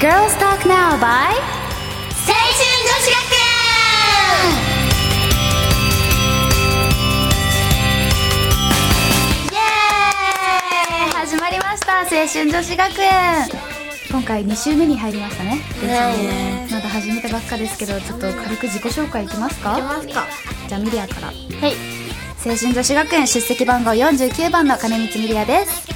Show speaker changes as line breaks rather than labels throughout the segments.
Girls Talk Now by
青春女子学園イエーイ
始まりました青春女子学園今回2週目に入りましたね
はいね
まだ始めたばっかですけどちょっと軽く自己紹介いきますか
ますか
じゃあミリアから
はい
青春女子学園出席番号49番の金光ミリアです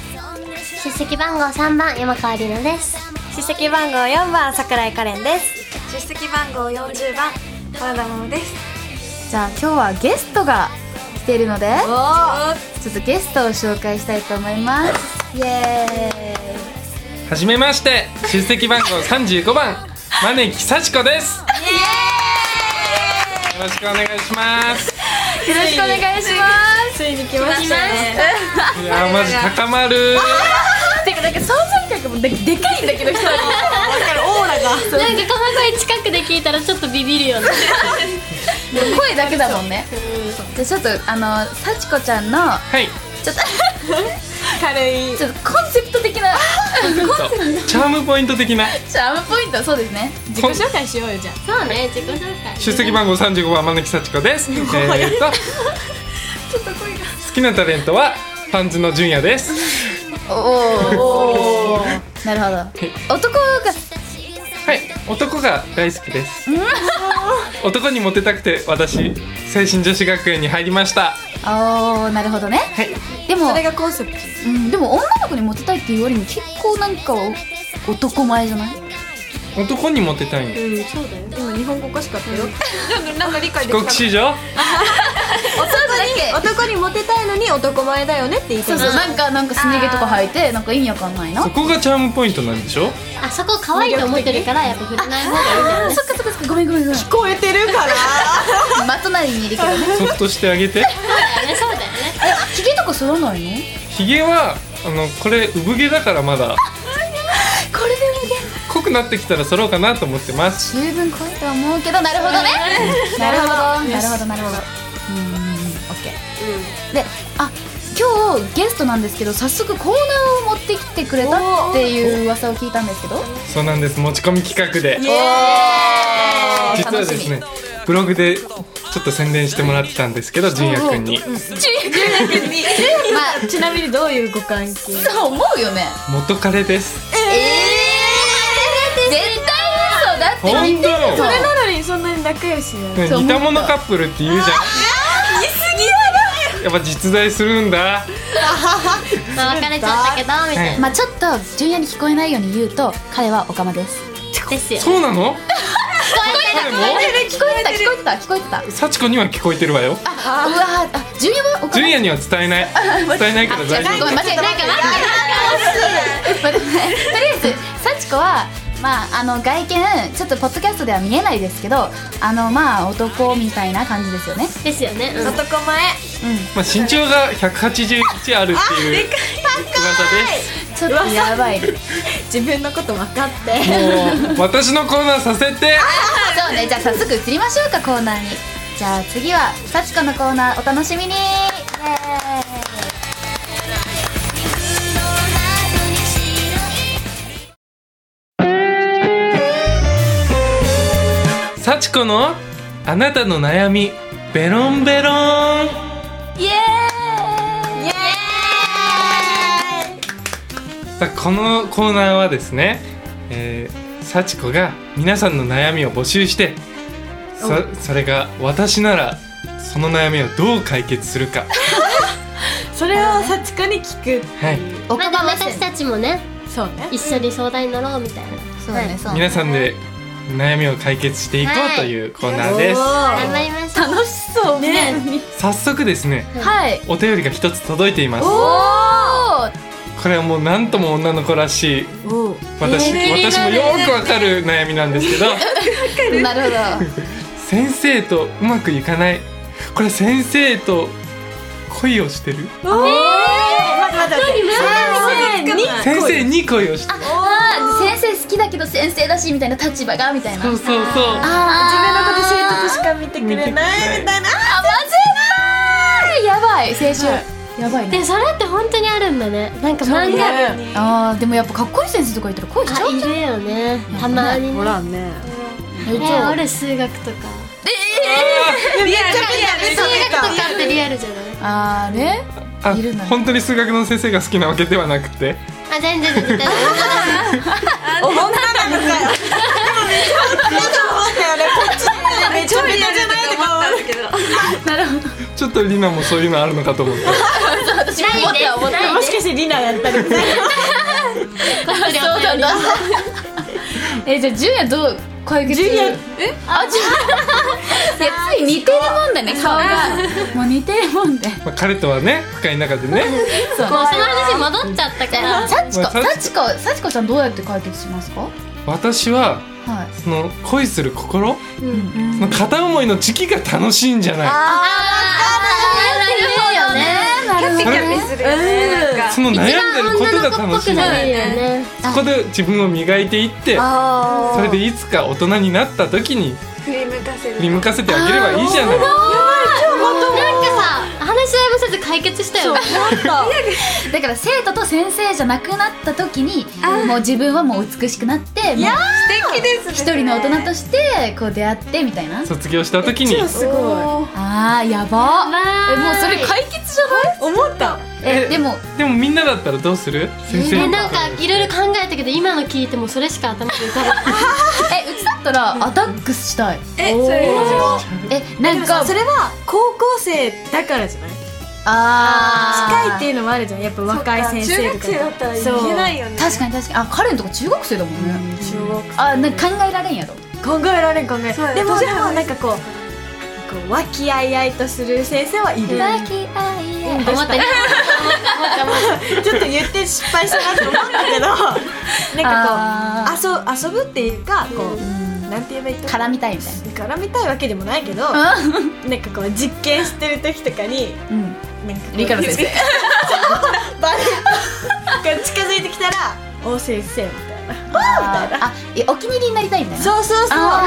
出席番号3番山川里奈です
出席番号4番桜井可憐です出席番号40番原田桃です
じゃあ今日はゲストが来ているので
おー
ちょっとゲストを紹介したいと思いますイエーイ
はじめまして出席番号35番招き幸子ですよろしくお願いします
よろしくお願いします
ついに来ましたね
いやーマジ高まる
てかなんか想像力もででかいんだけど一人
なんか川越近くで聞いたらちょっとビビるよね
声だけだもんねじゃあちょっとあの幸子ちゃんの
はい
ちょっ
軽い
とちょっとコンセプト的な
そうチャームポイント的な
チャームポイントそうですね
自己紹介しようよじゃ
そうね自己紹介
出席番号35番招き幸子ですえー、っと好きなタレントはパンツの純也です
おおなるほど男が
はい男が大好きです男にモテたくて私青春女子学園に入りました
あーなるほどね
はい
で
あ
も
それ、がコンセプト
うん、でも女の子にモテたいっていう割に結構なんか男前じゃない
男にモテたいんだ
うんそうだよ今日本語おかしかったよなんか理解で
帰国子女
男にモテたいのに男前だよねって言い
そう
た
そうなんかなんかすね毛とか生えてなんか意味わかんないな
そこがチャームポイントなんでしょ
あそこ可愛いと思ってるからやっぱ触れない方がいいんだよ
あ
ね
そっかそっかそっかごめんごめんごめん
聞こえてる か ら
まとなりにいるけどね
そっとしてあげ
そう
て
だよねそうだよね
え ひげとか剃らないの
ひげはあのこれ産毛だからまだ
これでもげ
濃くなってきたら剃ろうかなと思ってます
十分濃いとは思うけどなるほどねなるほどなるほどなるほどうんうんうんオッケーであ今日ゲストなんですけど早速コーナーを持ってきてくれたっていう噂を聞いたんですけど
そうなんです持ち込み企画で
イエ
実はですねブログでちょっと宣伝してもらってたんですけど純也くんに
ま
ーイちなみにどういうご関係
あそう思うよね
元彼です
ええ絶対嘘だって
本
聞いて
当
る
な
それなのにそんなに仲良しなの
そう
の似た者カップルって言うじ
言い過ぎだ
ゃんやっぱ実在するんだ
まあ別れちゃったけどみたい
まあちょっと純也に聞こえないように言うと彼はオカマです
なですよ
そうなの
聞こえてた聞こえてた聞こえてた聞こえてた
幸子には聞こえてるわよ
あうわあ純也はオカマ
純也には伝えない伝えないから大丈
ごめん間違えたなんかなんかとりあえず幸子はまああの外見ちょっとポッドキャストでは見えないですけどあのまあ男みたいな感じですよね
ですよねうん
男前
夫まあ身長が181あるっていう噂です
ちょっとやばいね
自分のこと分かって
もう私のコーナーさせて
そうねじゃあ早速移りましょうかコーナーにじゃあ次は幸子のコーナーお楽しみに
幸子のあなたの悩みベロンベロン
イエーイ
さあこのコーナーはですね、えー、幸子が皆さんの悩みを募集してそそれが私ならその悩みをどう解決するか
それを幸子に聞く
はい
お
ま
か
だ
ま
私たちもね
そうね
一緒に相談に乗ろうみたいな
そうねそうね
皆さんで悩みを解決していこうというコーナーです、
頑張りましょう
楽しそうね
早速ですね
はい
お便りが一つ届いています
おー
これはもう何とも女の子らしい
お
私,、私もよーくわかる悩みなんです けど
なるほど
先生とうまくいかないこれ先生と恋をしてる
おお待って待って待って
先生に恋をしてる
あー先生好きだけど先生だしみたいな立場がみたいな
そうそうそう
あ
自分のこと生徒と
し
しか見てくれないみたいな
あまずいやばい青春、
はい
やばいね
でそれって本当にあるんだねなんか漫画
ね
あーでもやっぱかっこいい先生とかいたら声しちゃ
あ
うん
い
じゃん
るよねたまに
お
ね
らんね
え
じゃあ
ー俺数学とか
リアルリア
数
ル
学とかってリアルじゃない
あーね
あ
いるんだね
本当に数学の先生が好きなわけではなくて
あ全然全然
お女の子かよでもめっちゃ思ったよねこっちめっちゃリアルじゃないと思ったんだけど
ちょっとリナもそういうのあるのかと思って
私も思った思った
もしかしてリナやったりみたいな
そうなんだ えじゃあ純也どう解決
純也
えあ純也 いやつい似てるもんだね顔がもう似てるもんで
まあ彼とはね深い中 でね
そう
もうその話戻っちゃったから
幸子
まあ
幸子幸子ちゃんどうやって解決しますか
私は
はい
その恋する心、
ん
その片思いの時期が楽しいんじゃない
あーなるほどね
キャピキャピするよねなんか
その悩んでることが
一番女の子
楽し
っぽく
い
なるよね
そこで自分を磨いていって
あ
それでいつか大人になった時に
ー振り向かせる
振り向かせてあげればいいじゃない
なんかさ話し合いもせず解決したよね
だから生徒と先生じゃなくなった時にもう自分はもう美しくなってもう
素敵ですね
一人の大人としてこう出会ってみたいな
卒業した時に
すごい思
あーやば
ば
え
い
もうそれ解決じゃない
った
えでも
でもみんなだったらどうする先生
え
の
なんかいろいろ考えたけど今の聞いてもそれしか頭に浮かばない
えうちだったらアタックしたい
えそれ
えなんか
それは高校生だからじゃない
あ
近いっていうのもあるじゃんやっぱ若い先生とか
中学生だったらいけないよね
確かに確かにあ彼のとこ中学生だもんね
中学
あなんか考えられんやろ
考えられん考え
そう
ら
や
れんでも
年
で
上
も
の
なんかこうこう和気あいあいとする先生はいる
思ったね
ちょっと言って失敗したなと思った けどな
あ
んかこう遊遊ぶっていうかこうなんて言えばいいと
絡みたいみたい
絡みたいわけでもないけどなんか
なうん
こう実験してる時とかに
うん
なんかこう
理科の先生
バレ近づいてきたら「お先生」みたいな
あー あいやお気に入りになりたいみたいな
そうそうそう
あ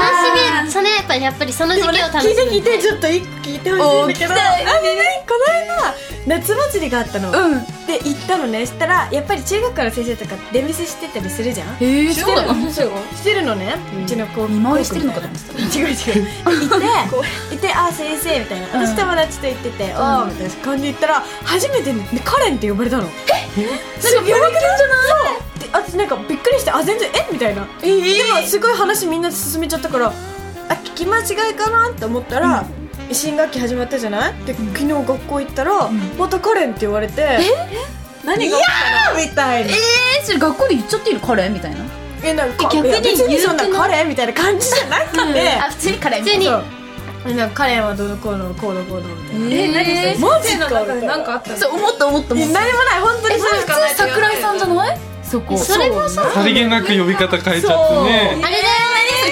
私ねそれやっぱやっぱりその時
で
期
もね
を楽
聞い
してむ
聞いてちょっと一個聞いてほしいんだけどあのねこの間夏祭りがあったの、
うん
で行ったのねしたらやっぱり中学から先生とか出店してたりするじゃん
えー、
して
そうな
る
の
のしてるのねうちの子
見回りしてるのかと思って た
違う違う いていてあ先生みたいな
うん
私友達と行っててああみたいな感じで行ったら初めてねカレンって呼ばれたのえすごい呼ばれてるんじゃないで私なんかびっくりしてあ全然えみたいなでもすごい話みんな進めちゃったからあ聞き間違いかなって思ったら新学期始まったじゃないで昨日学校行ったらまたカレンって言われてえ何がいやーみたいな
えー、それ学校で言っちゃっていいのカレーみたいな
えなんか
え逆に
いや別にそんな
言うて
カレンみたいな感じじゃなくて
あ普通にカレーみたい
普通に
そうなんかカレンはどうのこうのこうのこうのみたいな
えー、
マジかみたいな
かあった
そう思った思った
い
思
や
っ
何も
た
ない本当に
えそ
そ
れ
れ
普
し
通
かない
桜井さんじゃないそこ
それもさ
さりげなく呼び方変えち
あれだ
ゃってね
よね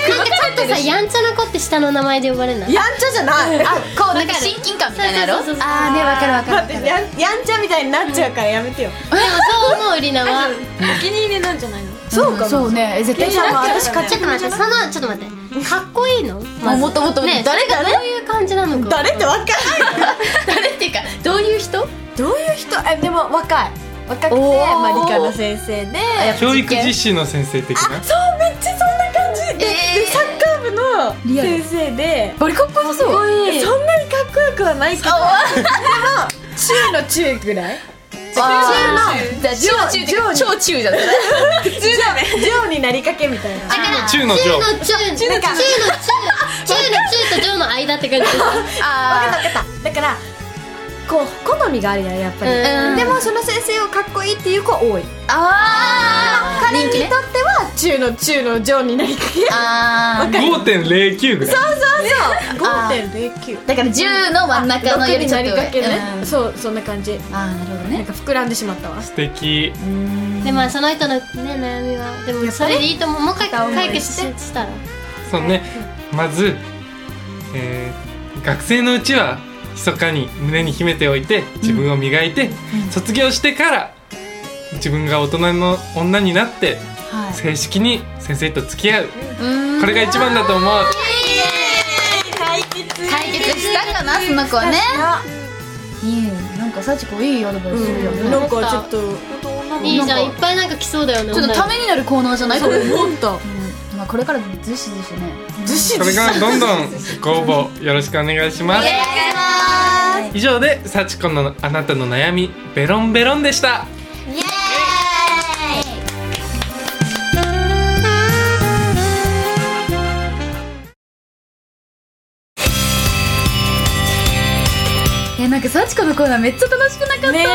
なんかちょっとさやんちゃな子って下の名前で呼ばれない
やんちゃじゃない
あ
あ
こうなんか親近感みたいなのあ
そうそうそうそう
あーねわかるわか
待
る
ってやんやんちゃみたいになっちゃうからやめてよ
でもそう思うりなは
お気に入りなんじゃないの
そうか
そうねえ絶対
ケイちゃんも私
ちょっと待ってそのちょっと待ってかっこいいのまず
もっともっと
ね
誰が
それどういう感じなのか
誰ってわかんない
誰っていうかどういう人
どういう人えでも若い若くて
おー
まあ理科の先生で
教育実習の先生的な
そうめっちゃそんな感じで,、でサッカー部の
リアル
先生で
バリカップそう
そんなにかっこよくはないけどでも中の中ぐらい
あーじゃあ中
中
中超中じゃない
上になりかけみたいな
だから
中の上
中の中中の中中
中
の中と上の間って感じ
分
あ
かった分かっただからこう好みがあるやんやっぱり
うん
でもその先生をかっこいいっていう子は多い
ーあ
彼に
人
とっ
気
て
ね
は中の中の上になりかけ
ーあー
5.09ぐらい
そうそう
あ
5.09
だから10の真ん中のよ
6
り
に
ちょ
な
っと
り
上
かけね
うん
そうそんな感じ
あーなるほど
なん
ね
か膨らんでしまったわ
素敵
でまあその人のね悩みはでもそれでいいと思うもう一回解決ししたら
そうねまず、えー学生のうちは密かに胸に秘めておいて自分を磨いて、卒業してから自分が大人の女になって
はい
正式に先生と付き合う
うん
これが一番だと思う
解決
解決したかなその子はねいいなんか幸子いいアドバイスするよ
う
ね
ん、なんかちょっと
いいじゃん
なん
い
か
っぱいなんか来そうだよね
ちょっとためになるコーナーじゃないこれ、うん
思った
まあ、これからずしずしね
ずし
こ
ず
れ
し
からどんど んご応募よろしくお願いします以上で幸子のあなたの悩みベロンベロンでした
いやなんか幸子のコーナーめっちゃ楽しくなかった、
ね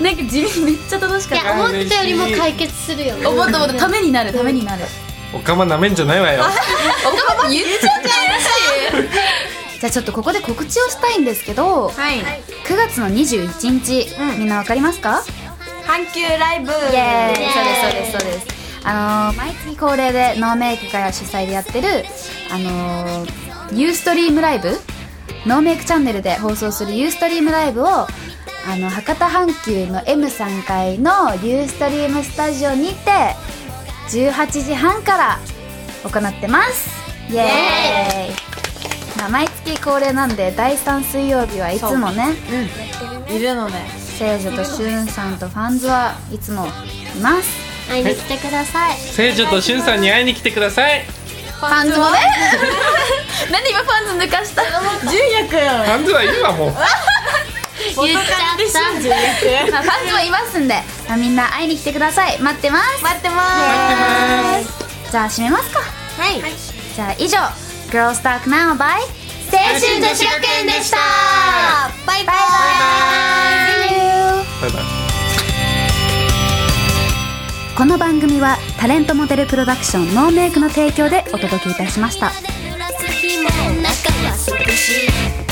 なんか地味にめっちゃ楽しかっ
や
た
思ってたよりも解決するよね
思った思ったためになるためになる
おかまなめんじゃないわよ
おかま言っちゃうしじゃあちょっとここで告知をしたいんですけど、
はい
9月の21日、みんなわかりますか
阪急ライブ
イエーイそうですそうですそうですあのー毎月恒例でノーメイクが主催でやってるあのー、ユーストリームライブノーメイクチャンネルで放送するユーストリームライブをあの博多阪急の M3 階のユーストリームスタジオにて18時半から行ってますイエーイまあ毎月恒例なんで第3水曜日はいつもね
いるのね
聖女としゅんさんとファンズはいつもいます
会いに来てください
聖女としゅんさんに会いに来てください
パンツ もね何今パンツ抜かしたパン
純也くん
ハンズはいいわもう
言っちゃった
ツもいますんで、まあ、みんな会いに来てください待ってます
待ってま
じゃあ締めますか
はい
じゃあ以上「Girls Talk Now by 青春女子学園」でしたバイバイ
バイバイ
この番組はタレントモデルプロダクションノーメイクの提供でお届けいたしました
「濡らす日もなかは少し」「